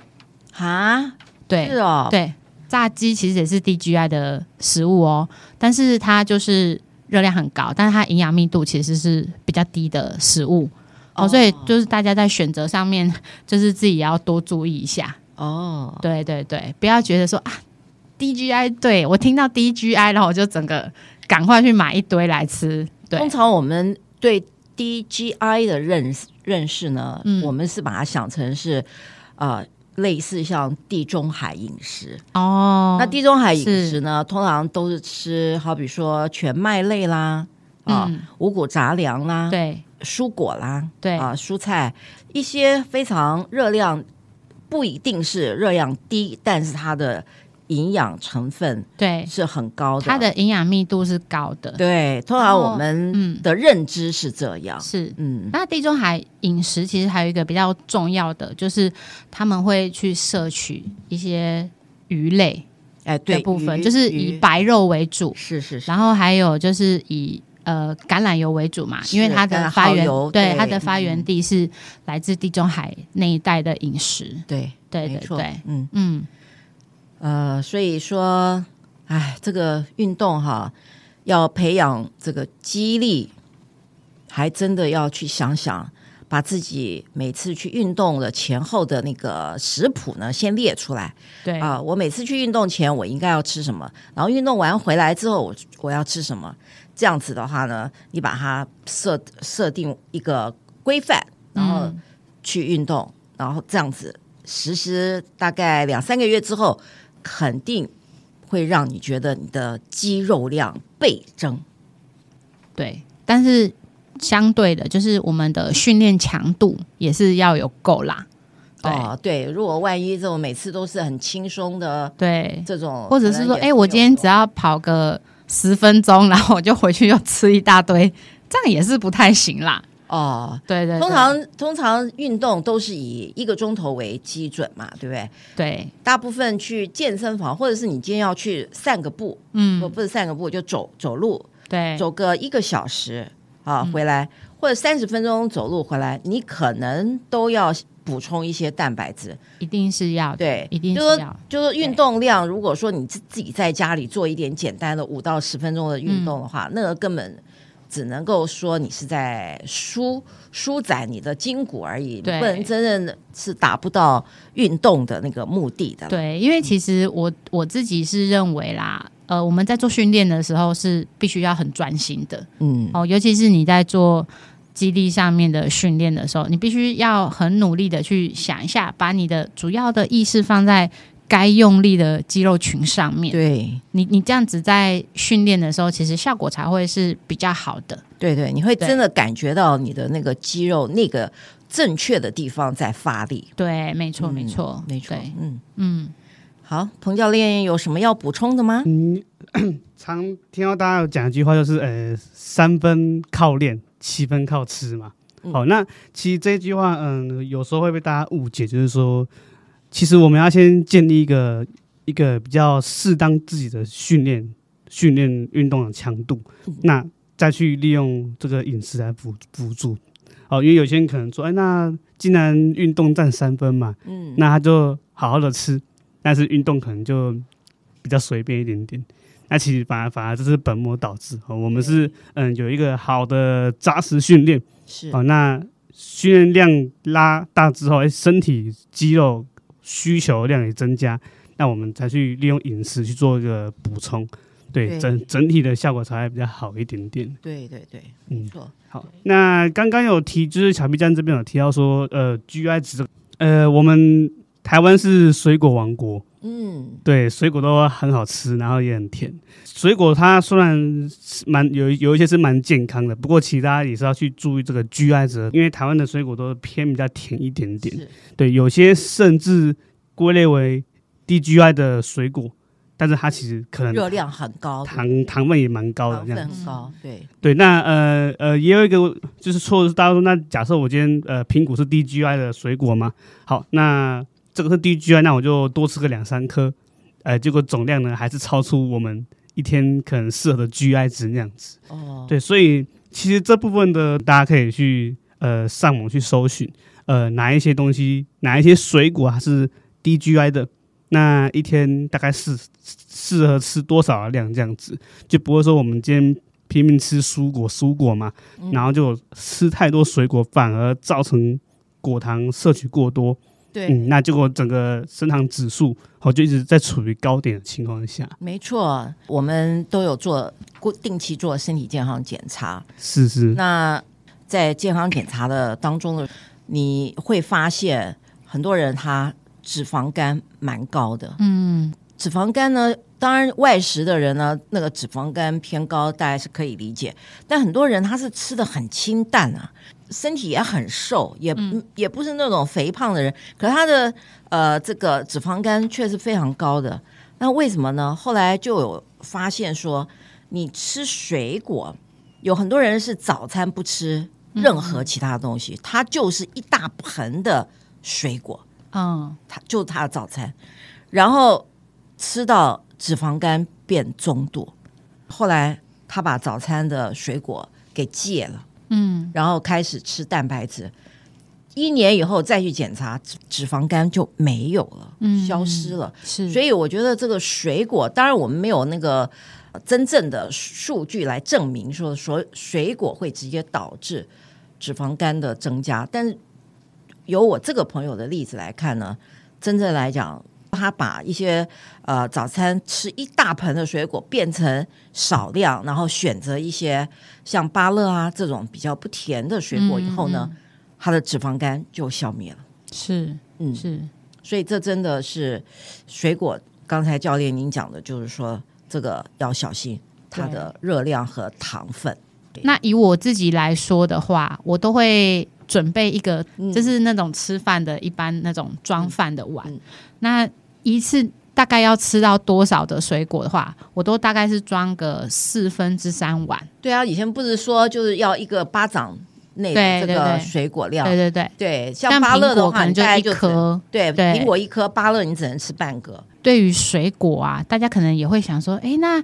[SPEAKER 1] 啊，
[SPEAKER 3] 对，
[SPEAKER 1] 是哦，，
[SPEAKER 3] 对，炸鸡其实也是 DGI 的食物哦，但是它就是热量很高，但是它营养密度其实是比较低的食物哦，
[SPEAKER 1] 哦
[SPEAKER 3] 所以就是大家在选择上面， (laughs) 就是自己也要多注意一下。
[SPEAKER 1] 哦，
[SPEAKER 3] 对对对，不要觉得说啊，DGI 对我听到 DGI，然后我就整个赶快去买一堆来吃。对
[SPEAKER 1] 通，常我们对 DGI 的认识认识呢，
[SPEAKER 3] 嗯
[SPEAKER 1] 我们是把它想成是呃类似像地中海饮食。
[SPEAKER 3] 哦，
[SPEAKER 1] 那地中海饮食呢，通常都是吃好比说全麦类啦，啊、
[SPEAKER 3] 嗯
[SPEAKER 1] 五谷杂粮啦，
[SPEAKER 3] 对
[SPEAKER 1] 蔬果啦，
[SPEAKER 3] 对
[SPEAKER 1] 啊、蔬菜一些非常热量不一定是热量低，但是它的营养成分
[SPEAKER 3] 对，
[SPEAKER 1] 是很高的。
[SPEAKER 3] 它的营养密度是高的，
[SPEAKER 1] 对，通常我们
[SPEAKER 3] 嗯，
[SPEAKER 1] 的认知是这样。
[SPEAKER 3] 是。
[SPEAKER 1] 嗯，
[SPEAKER 3] 那地中海饮食其实还有一个比较重要的，就是他们会去摄取一些鱼类
[SPEAKER 1] 哎，对，
[SPEAKER 3] 的部分，
[SPEAKER 1] 鱼
[SPEAKER 3] 就是以
[SPEAKER 1] 鱼
[SPEAKER 3] 白肉为主，
[SPEAKER 1] 是是是，
[SPEAKER 3] 然后还有就是以呃橄榄油为主嘛，
[SPEAKER 1] 是
[SPEAKER 3] 因为它
[SPEAKER 1] 橄
[SPEAKER 3] 的
[SPEAKER 1] 榄
[SPEAKER 3] 发
[SPEAKER 1] 蚝
[SPEAKER 3] 源
[SPEAKER 1] 油
[SPEAKER 3] 对
[SPEAKER 1] 对
[SPEAKER 3] 它的发
[SPEAKER 1] 嗯
[SPEAKER 3] 源地是来自地中海那一带的饮食，
[SPEAKER 1] 对
[SPEAKER 3] 对
[SPEAKER 1] 没
[SPEAKER 3] 对
[SPEAKER 1] 错
[SPEAKER 3] 对，
[SPEAKER 1] 嗯
[SPEAKER 3] 嗯，
[SPEAKER 1] 呃，所以说，哎，这个运动哈，要培养这个肌力，还真的要去想想。把自己每次去运动的前后的那个食谱呢，先列出来
[SPEAKER 3] 对
[SPEAKER 1] 啊、我每次去运动前，我应该要吃什么，然后运动完回来之后，我我要吃什么。这样子的话呢，你把它设设定一个规范，然后
[SPEAKER 3] 嗯
[SPEAKER 1] 去运动，然后这样子实施大概两三个月之后，肯定会让你觉得你的肌肉量倍增。
[SPEAKER 3] 对，但是相对的，就是我们的训练强度也是要有够啦，对、
[SPEAKER 1] 哦，对，如果万一这种每次都是很轻松的
[SPEAKER 3] 对，
[SPEAKER 1] 这种，
[SPEAKER 3] 或者是说，
[SPEAKER 1] 哦可能也
[SPEAKER 3] 哎、我今天只要跑个十分钟，然后我就回去又吃一大堆，这样也是不太行啦。
[SPEAKER 1] 哦。
[SPEAKER 3] 对对对
[SPEAKER 1] 通常通常运动都是以一个钟头为基准嘛，对不对？
[SPEAKER 3] 对，
[SPEAKER 1] 大部分去健身房，或者是你今天要去散个步，我
[SPEAKER 3] 嗯，
[SPEAKER 1] 不是散个步，就走走路，
[SPEAKER 3] 对，
[SPEAKER 1] 走个一个小时啊
[SPEAKER 3] 嗯
[SPEAKER 1] 回来，或者三十分钟走路回来，你可能都要补充一些蛋白质。
[SPEAKER 3] 一定是要的，
[SPEAKER 1] 对，
[SPEAKER 3] 一定
[SPEAKER 1] 就是说
[SPEAKER 3] 要。
[SPEAKER 1] 就是运动量，如果说你自自己在家里做一点简单的五到十分钟的运动的话，
[SPEAKER 3] 嗯
[SPEAKER 1] 那个根本只能够说你是在舒舒展你的筋骨而已，你不
[SPEAKER 3] 对
[SPEAKER 1] 能真正的是达不到运动的那个目的的。，
[SPEAKER 3] 对，因为其实我我自己是认为啦，呃，我们在做训练的时候是必须要很专心的
[SPEAKER 1] 嗯，
[SPEAKER 3] 哦，尤其是你在做。肌力上面的训练的时候，你必须要很努力的去想一下，把你的主要的意识放在该用力的肌肉群上面。
[SPEAKER 1] 对
[SPEAKER 3] 你你这样子在训练的时候，其实效果才会是比较好的。
[SPEAKER 1] 对对，你会
[SPEAKER 3] 对
[SPEAKER 1] 真的感觉到你的那个肌肉那个正确的地方在发力。
[SPEAKER 3] 对，没错，
[SPEAKER 1] 嗯
[SPEAKER 3] 没错，
[SPEAKER 1] 没错
[SPEAKER 3] 对，
[SPEAKER 1] 嗯，
[SPEAKER 3] 嗯，
[SPEAKER 1] 好，彭教练有什么要补充的吗？
[SPEAKER 2] 嗯， (coughs) 常听到大家有讲一句话，就是呃，三分靠练，七分靠吃嘛。
[SPEAKER 1] 嗯
[SPEAKER 2] 好，那其实这句话，嗯，有时候会被大家误解，就是说，其实我们要先建立一个一个比较适当自己的训练、训练运动的强度，
[SPEAKER 1] 嗯
[SPEAKER 2] 那再去利用这个饮食来辅辅助。哦，因为有些人可能说，哎，那既然运动占三分嘛，
[SPEAKER 1] 嗯，
[SPEAKER 2] 那他就好好的吃，但是运动可能就比较随便一点点。那其实反而反而这是本末倒置。哦、我们是嗯有一个好的扎实训练，
[SPEAKER 1] 是
[SPEAKER 2] 哦，那训练量拉大之后，哎，身体肌肉需求量也增加，那我们才去利用饮食去做一个补充，对
[SPEAKER 1] 对
[SPEAKER 2] 整整体的效果才会比较好一点点。
[SPEAKER 1] 对对对，
[SPEAKER 2] 嗯
[SPEAKER 1] 没错，
[SPEAKER 2] 好，那刚刚有提，就是小 B 站这边有提到说，呃，GI 值这个，呃，我们台湾是水果王国，
[SPEAKER 1] 嗯，
[SPEAKER 2] 对，水果都很好吃，然后也很甜。水果它虽然是蛮有有一些是蛮健康的，不过其实大家也是要去注意这个 GI 值，因为台湾的水果都偏比较甜一点点。
[SPEAKER 1] 是
[SPEAKER 2] 对，有些甚至归类为低 GI 的水果，但是它其实可能
[SPEAKER 1] 热量很高，
[SPEAKER 2] 糖糖分也蛮嗯高的
[SPEAKER 1] 糖
[SPEAKER 2] 这样
[SPEAKER 1] 分。很高，对，
[SPEAKER 2] 对，那呃呃，也有一个就是错，大家说，那假设我今天呃苹果是 DGI 的水果嘛，好，那这个是 DGI，那我就多吃个两三颗，呃，结果总量呢还是超出我们一天可能适合的 GI 值那样子。
[SPEAKER 1] 哦，
[SPEAKER 2] 对，所以其实这部分的大家可以去呃上网去搜寻，呃哪一些东西，哪一些水果它是低 GI 的，那一天大概适适合吃多少的量这样子，就不会说我们今天拼命吃蔬果蔬果嘛，
[SPEAKER 1] 嗯
[SPEAKER 2] 然后就吃太多水果，反而造成果糖摄取过多，
[SPEAKER 3] 对，
[SPEAKER 2] 嗯，那结果整个升糖指数哦就一直在处于高点的情况下，
[SPEAKER 1] 没错，我们都有做固定期做身体健康检查。
[SPEAKER 2] 是是，
[SPEAKER 1] 那在健康检查的当中呢，你会发现很多人他脂肪肝蛮高的。
[SPEAKER 3] 嗯，
[SPEAKER 1] 脂肪肝呢，当然外食的人呢，那个脂肪肝偏高，大家是可以理解。但很多人他是吃的很清淡啊，身体也很瘦，也、也不是那种肥胖的人，可是他的呃这个脂肪肝却是非常高的。那为什么呢？后来就有发现说，你吃水果，有很多人是早餐不吃任何其他的东西，他就是一大盆的水果。
[SPEAKER 3] 嗯，
[SPEAKER 1] 他就他的早餐，然后吃到脂肪肝变中度，后来他把早餐的水果给戒了，
[SPEAKER 3] 嗯，
[SPEAKER 1] 然后开始吃蛋白质。一年以后再去检查，脂脂肪肝就没有了，
[SPEAKER 3] 嗯
[SPEAKER 1] 消失了。
[SPEAKER 3] 是，
[SPEAKER 1] 所
[SPEAKER 3] 以
[SPEAKER 1] 以我觉得这个水果，当然我们没有那个呃真正的数据来证明说说水果会直接导致脂肪肝的增加，但是由我这个朋友的例子来看呢，真正来讲，他把一些呃早餐吃一大盆的水果变成少量，然后选择一些像芭乐啊这种比较不甜的水果以后呢，
[SPEAKER 3] 嗯
[SPEAKER 1] 他的脂肪肝就消灭了。
[SPEAKER 3] 是
[SPEAKER 1] 嗯，
[SPEAKER 3] 是，
[SPEAKER 1] 所以这真的是水果。刚才教练您讲的就是说，这个要小心它的热量和糖分。
[SPEAKER 3] 那以我自己来说的话，我都会准备一个，
[SPEAKER 1] 嗯
[SPEAKER 3] 就是那种吃饭的一般那种装饭的碗。
[SPEAKER 1] 嗯嗯
[SPEAKER 3] 那一次大概要吃到多少的水果的话，我都大概是装个四分之三碗。
[SPEAKER 1] 对啊，以前不是说就是要一个巴掌内的
[SPEAKER 3] 对
[SPEAKER 1] 这
[SPEAKER 3] 对
[SPEAKER 1] 个
[SPEAKER 3] 对
[SPEAKER 1] 水果量？
[SPEAKER 3] 对对对，
[SPEAKER 1] 对，像
[SPEAKER 3] 但
[SPEAKER 1] 芭乐
[SPEAKER 3] 苹
[SPEAKER 1] 的
[SPEAKER 3] 果
[SPEAKER 1] 话，
[SPEAKER 3] 可能
[SPEAKER 1] 你
[SPEAKER 3] 就
[SPEAKER 1] 大概
[SPEAKER 3] 一
[SPEAKER 1] 就只
[SPEAKER 3] 颗。
[SPEAKER 1] 对，
[SPEAKER 3] 对
[SPEAKER 1] 苹果一颗，芭乐你只能吃半个。
[SPEAKER 3] 对于水果啊，大家可能也会想说，诶，那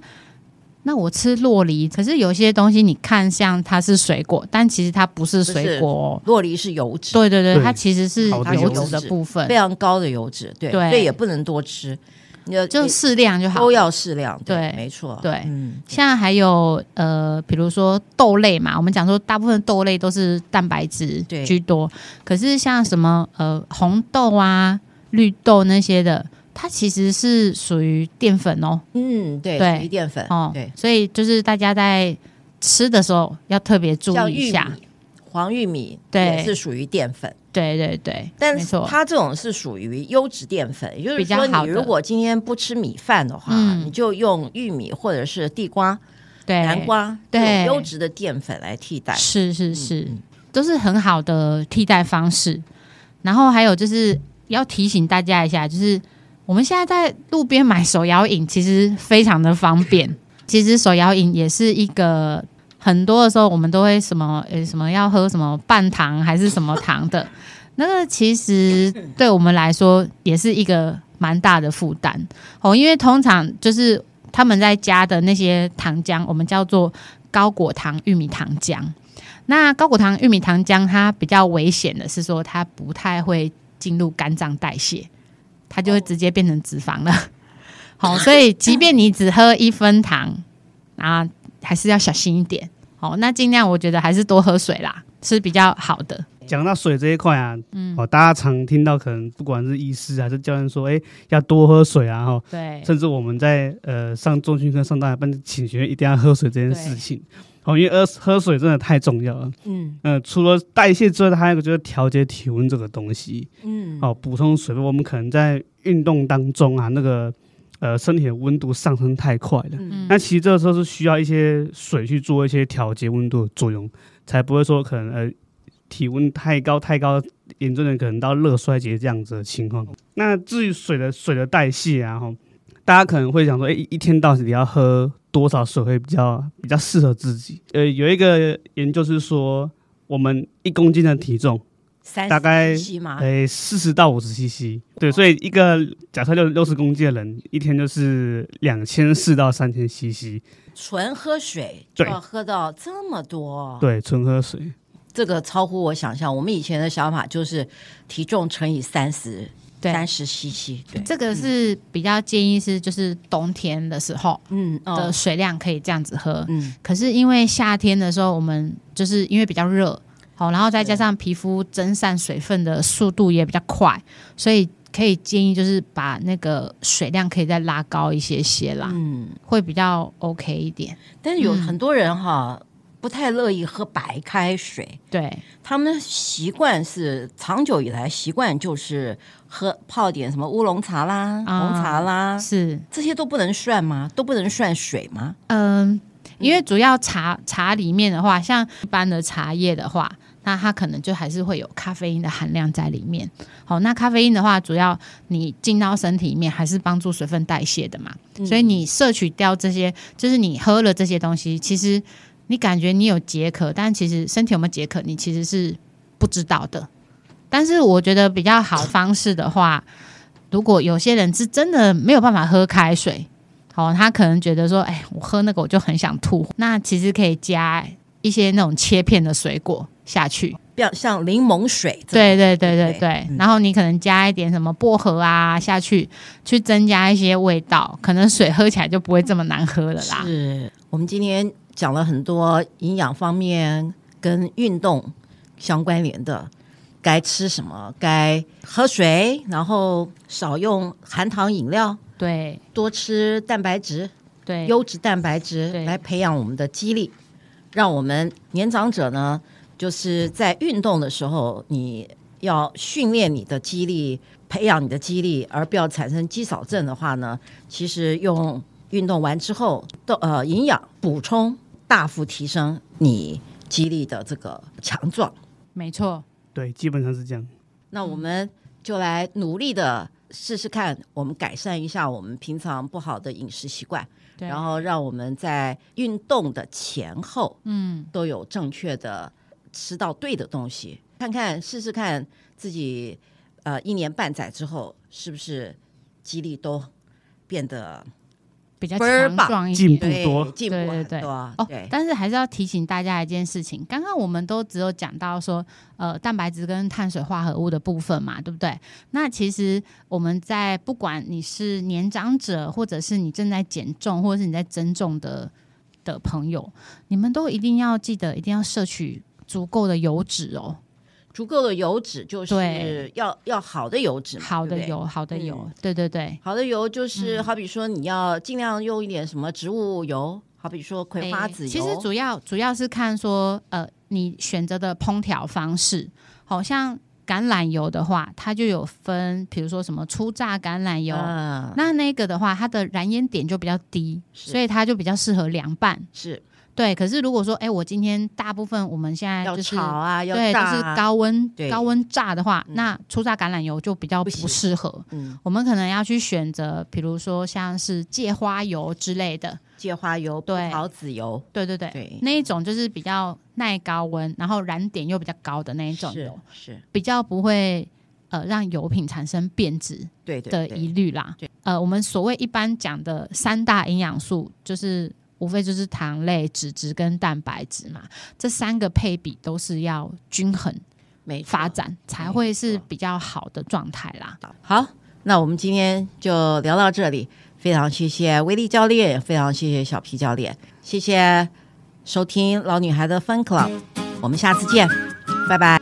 [SPEAKER 3] 那我吃洛梨，可是有些东西你看像它是水果，但其实它不是水果哦、
[SPEAKER 1] 洛梨是油脂，
[SPEAKER 3] 对对对，
[SPEAKER 2] 对
[SPEAKER 3] 它其实是
[SPEAKER 2] 好的
[SPEAKER 3] 油
[SPEAKER 2] 油
[SPEAKER 3] 脂的
[SPEAKER 1] 脂
[SPEAKER 3] 部分
[SPEAKER 1] 非，常高的油脂，对，
[SPEAKER 3] 对
[SPEAKER 1] 所以也不能多吃，你的
[SPEAKER 3] 就
[SPEAKER 1] 你
[SPEAKER 3] 适量就好了。
[SPEAKER 1] 都要适量。对，
[SPEAKER 3] 对
[SPEAKER 1] 没错，
[SPEAKER 3] 对
[SPEAKER 1] 嗯，
[SPEAKER 3] 像还有呃，比如说豆类嘛，我们讲说大部分豆类都是蛋白质
[SPEAKER 1] 对
[SPEAKER 3] 居多，可是像什么呃红豆啊、绿豆那些的，它其实是属于淀粉哦，
[SPEAKER 1] 嗯，对，
[SPEAKER 3] 对
[SPEAKER 1] 属于淀粉，
[SPEAKER 3] 哦，
[SPEAKER 1] 对，
[SPEAKER 3] 所以就是大家在吃的时候要特别注
[SPEAKER 1] 像
[SPEAKER 3] 意
[SPEAKER 1] 玉
[SPEAKER 3] 一下，
[SPEAKER 1] 米、黄玉米
[SPEAKER 3] 对
[SPEAKER 1] 也是属于淀粉，
[SPEAKER 3] 对对对，
[SPEAKER 1] 但
[SPEAKER 3] 没
[SPEAKER 1] 是
[SPEAKER 3] 错，
[SPEAKER 1] 它这种是属于优质淀粉，也就是
[SPEAKER 3] 比较
[SPEAKER 1] 说，
[SPEAKER 3] 好
[SPEAKER 1] 你
[SPEAKER 3] 的
[SPEAKER 1] 如果今天不吃米饭的话，
[SPEAKER 3] 嗯
[SPEAKER 1] 你就用玉米或者是地瓜、
[SPEAKER 3] 对
[SPEAKER 1] 南瓜这种
[SPEAKER 3] 对
[SPEAKER 1] 优质的淀粉来替代。
[SPEAKER 3] 是是是，
[SPEAKER 1] 嗯
[SPEAKER 3] 都是很好的替代方式。然后还有就是要提醒大家一下，就是我们现在在路边买手摇饮，其实非常的方便。 (laughs) 其实手摇饮也是一个很多的时候我们都会什么呃什么要喝什么半糖还是什么糖的， (laughs) 那个其实对我们来说也是一个蛮大的负担哦，因为通常就是他们在加的那些糖浆，我们叫做高果糖玉米糖浆。那高果糖玉米糖浆它比较危险的是说，它不太会进入肝脏代谢，它就会直接变成脂肪了。 (laughs) 好、所以即便你只喝一分糖，啊，还是要小心一点。好、那尽量我觉得还是多喝水啦，是比较好的。
[SPEAKER 2] 讲到水这一块啊，
[SPEAKER 3] 嗯
[SPEAKER 2] 哦，大家常听到，可能不管是医师还是教练说，哎、要多喝水啊，哈，
[SPEAKER 3] 对，
[SPEAKER 2] 甚至我们在呃上中训课上大班，请学员一定要喝水这件事情，哦，因为喝喝水真的太重要了。
[SPEAKER 1] 嗯
[SPEAKER 2] 嗯、除了代谢之外，还有一个就是调节体温这个东西，
[SPEAKER 1] 嗯，
[SPEAKER 2] 哦，补充水分。我们可能在运动当中啊，那个呃身体的温度上升太快了。
[SPEAKER 3] 嗯
[SPEAKER 2] 那其实这个时候是需要一些水去做一些调节温度的作用，才不会说可能呃体温太高太高，严重的可能到热衰竭这样子的情况。那至于水的水的代谢啊，吼，大家可能会想说，哎、一一天到底要喝多少水会比较比较适合自己？呃，有一个研究是说，我们一公斤的体重
[SPEAKER 1] 三
[SPEAKER 2] 大概
[SPEAKER 1] 七吗？
[SPEAKER 2] 诶，四十到五十 CC，对，所以一个假设六六十公斤的人，一天就是两千四到三千 CC，
[SPEAKER 1] 纯喝水就
[SPEAKER 2] 对
[SPEAKER 1] 要喝到这么多，
[SPEAKER 2] 对，纯喝水，
[SPEAKER 1] 这个超乎我想象。我们以前的想法就是体重乘以三十，
[SPEAKER 3] 对
[SPEAKER 1] 三十 CC，对，
[SPEAKER 3] 这个是比较建议是就是冬天的时候
[SPEAKER 1] 嗯
[SPEAKER 3] 的
[SPEAKER 1] 哦
[SPEAKER 3] 水量可以这样子喝，
[SPEAKER 1] 嗯，
[SPEAKER 3] 可是因为夏天的时候，我们就是因为比较热，好，然后再加上皮肤蒸散水分的速度也比较快，所以可以建议就是把那个水量可以再拉高一些些啦，
[SPEAKER 1] 嗯，
[SPEAKER 3] 会比较 OK 一点。
[SPEAKER 1] 但是有
[SPEAKER 3] 嗯
[SPEAKER 1] 很多人哈、不太乐意喝白开水，
[SPEAKER 3] 对，
[SPEAKER 1] 他们习惯是长久以来习惯就是喝泡点什么乌龙茶啦、
[SPEAKER 3] 啊
[SPEAKER 1] 红茶啦，
[SPEAKER 3] 是，
[SPEAKER 1] 这些都不能算吗？都不能算水吗？
[SPEAKER 3] 嗯，因为主要茶茶里面的话，像一般的茶叶的话，那它可能就还是会有咖啡因的含量在里面。好，那咖啡因的话，主要你进到身体里面还是帮助水分代谢的嘛，所以
[SPEAKER 1] 嗯
[SPEAKER 3] 你摄取掉这些，就是你喝了这些东西，其实你感觉你有解渴，但其实身体有没有解渴，你其实是不知道的。但是我觉得比较好的方式的话，如果有些人是真的没有办法喝开水，好、他可能觉得说，哎，我喝那个我就很想吐。那其实可以加一些那种切片的水果下去，
[SPEAKER 1] 不要像柠檬水这种，
[SPEAKER 3] 对对
[SPEAKER 1] 对
[SPEAKER 3] 对对
[SPEAKER 1] 不
[SPEAKER 3] 对。
[SPEAKER 1] 嗯
[SPEAKER 3] 然后你可能加一点什么薄荷啊下去，去增加一些味道，可能水喝起来就不会这么难喝了啦。
[SPEAKER 1] 是我们今天讲了很多营养方面跟运动相关联的，该吃什么，该喝水，然后少用含糖饮料，
[SPEAKER 3] 对
[SPEAKER 1] 多吃蛋白质，
[SPEAKER 3] 对，
[SPEAKER 1] 优质蛋白质
[SPEAKER 3] 对
[SPEAKER 1] 来培养我们的肌力，让我们年长者呢，就是在运动的时候，你要训练你的肌力，培养你的肌力，而不要产生肌少症的话呢，其实用运动完之后的呃营养补充，大幅提升你肌力的这个强壮。
[SPEAKER 3] 没错。
[SPEAKER 2] 对，基本上是这样。
[SPEAKER 1] 那我们就来努力的试试看，我们改善一下我们平常不好的饮食习惯。
[SPEAKER 3] 对，
[SPEAKER 1] 然后让我们在运动的前后
[SPEAKER 3] 嗯，
[SPEAKER 1] 都有正确的吃到对的东西，看看试试看自己呃一年半载之后是不是肌力都变得
[SPEAKER 3] 比较
[SPEAKER 1] 倍儿
[SPEAKER 3] 强
[SPEAKER 1] 棒
[SPEAKER 3] 壮一
[SPEAKER 2] 进
[SPEAKER 3] 点
[SPEAKER 2] 步。多
[SPEAKER 1] 对进步
[SPEAKER 3] 对对
[SPEAKER 1] 很
[SPEAKER 3] 对
[SPEAKER 1] 多啊，
[SPEAKER 3] 哦
[SPEAKER 1] 对，
[SPEAKER 3] 但是还是要提醒大家一件事情，刚刚我们都只有讲到说，呃，蛋白质跟碳水化合物的部分嘛，对不对？那其实我们在不管你是年长者，或者是你正在减重，或者是你在增重的的朋友，你们都一定要记得，一定要摄取足够的油脂哦，
[SPEAKER 1] 足够的油脂就是
[SPEAKER 3] 对
[SPEAKER 1] 要要好的油脂嘛，
[SPEAKER 3] 好
[SPEAKER 1] 对
[SPEAKER 3] 的
[SPEAKER 1] 不对
[SPEAKER 3] 油，嗯好的油
[SPEAKER 1] 嗯，
[SPEAKER 3] 对对对，
[SPEAKER 1] 好的油就是、好比说你要尽量用一点什么植物油，好比说葵花
[SPEAKER 3] 诶
[SPEAKER 1] 籽油，
[SPEAKER 3] 哎其实主要主要是看说，呃，你选择的烹调方式，好像橄榄油的话，它就有分，比如说什么初榨橄榄油，
[SPEAKER 1] 嗯
[SPEAKER 3] 那那个的话，它的燃烟点就比较低，
[SPEAKER 1] 是
[SPEAKER 3] 所以它就比较适合凉拌。
[SPEAKER 1] 是
[SPEAKER 3] 对，可是如果说，哎，我今天大部分我们现在
[SPEAKER 1] 要
[SPEAKER 3] 就是
[SPEAKER 1] 炒啊，要
[SPEAKER 3] 对，就
[SPEAKER 1] 炸
[SPEAKER 3] 是
[SPEAKER 1] 啊
[SPEAKER 3] 高温
[SPEAKER 1] 对
[SPEAKER 3] 高温炸的话，
[SPEAKER 1] 嗯
[SPEAKER 3] 那初榨橄榄油就比较
[SPEAKER 1] 不
[SPEAKER 3] 不
[SPEAKER 1] 行
[SPEAKER 3] 适合。
[SPEAKER 1] 嗯，
[SPEAKER 3] 我们可能要去选择，比如说像是芥花油之类的，
[SPEAKER 1] 芥花油、葡
[SPEAKER 3] 对
[SPEAKER 1] 萄籽油，
[SPEAKER 3] 对对对，
[SPEAKER 1] 对
[SPEAKER 3] 那一种就是比较耐高温，然后燃点又比较高的那一种
[SPEAKER 1] 是
[SPEAKER 3] 油，
[SPEAKER 1] 是，
[SPEAKER 3] 比较不会呃让油品产生变质
[SPEAKER 1] 对对
[SPEAKER 3] 的
[SPEAKER 1] 对
[SPEAKER 3] 疑虑啦。
[SPEAKER 1] 对
[SPEAKER 3] 呃，我们所谓一般讲的三大营养素，就是无非就是糖类、脂质跟蛋白质嘛，这三个配比都是要均衡
[SPEAKER 1] 没错
[SPEAKER 3] 发展，才会是比较好的状态啦。
[SPEAKER 1] 好，那我们今天就聊到这里，非常谢谢威力教练，也非常谢谢小皮教练，谢谢收听老女孩的 Fun Club，我们下次见，拜拜。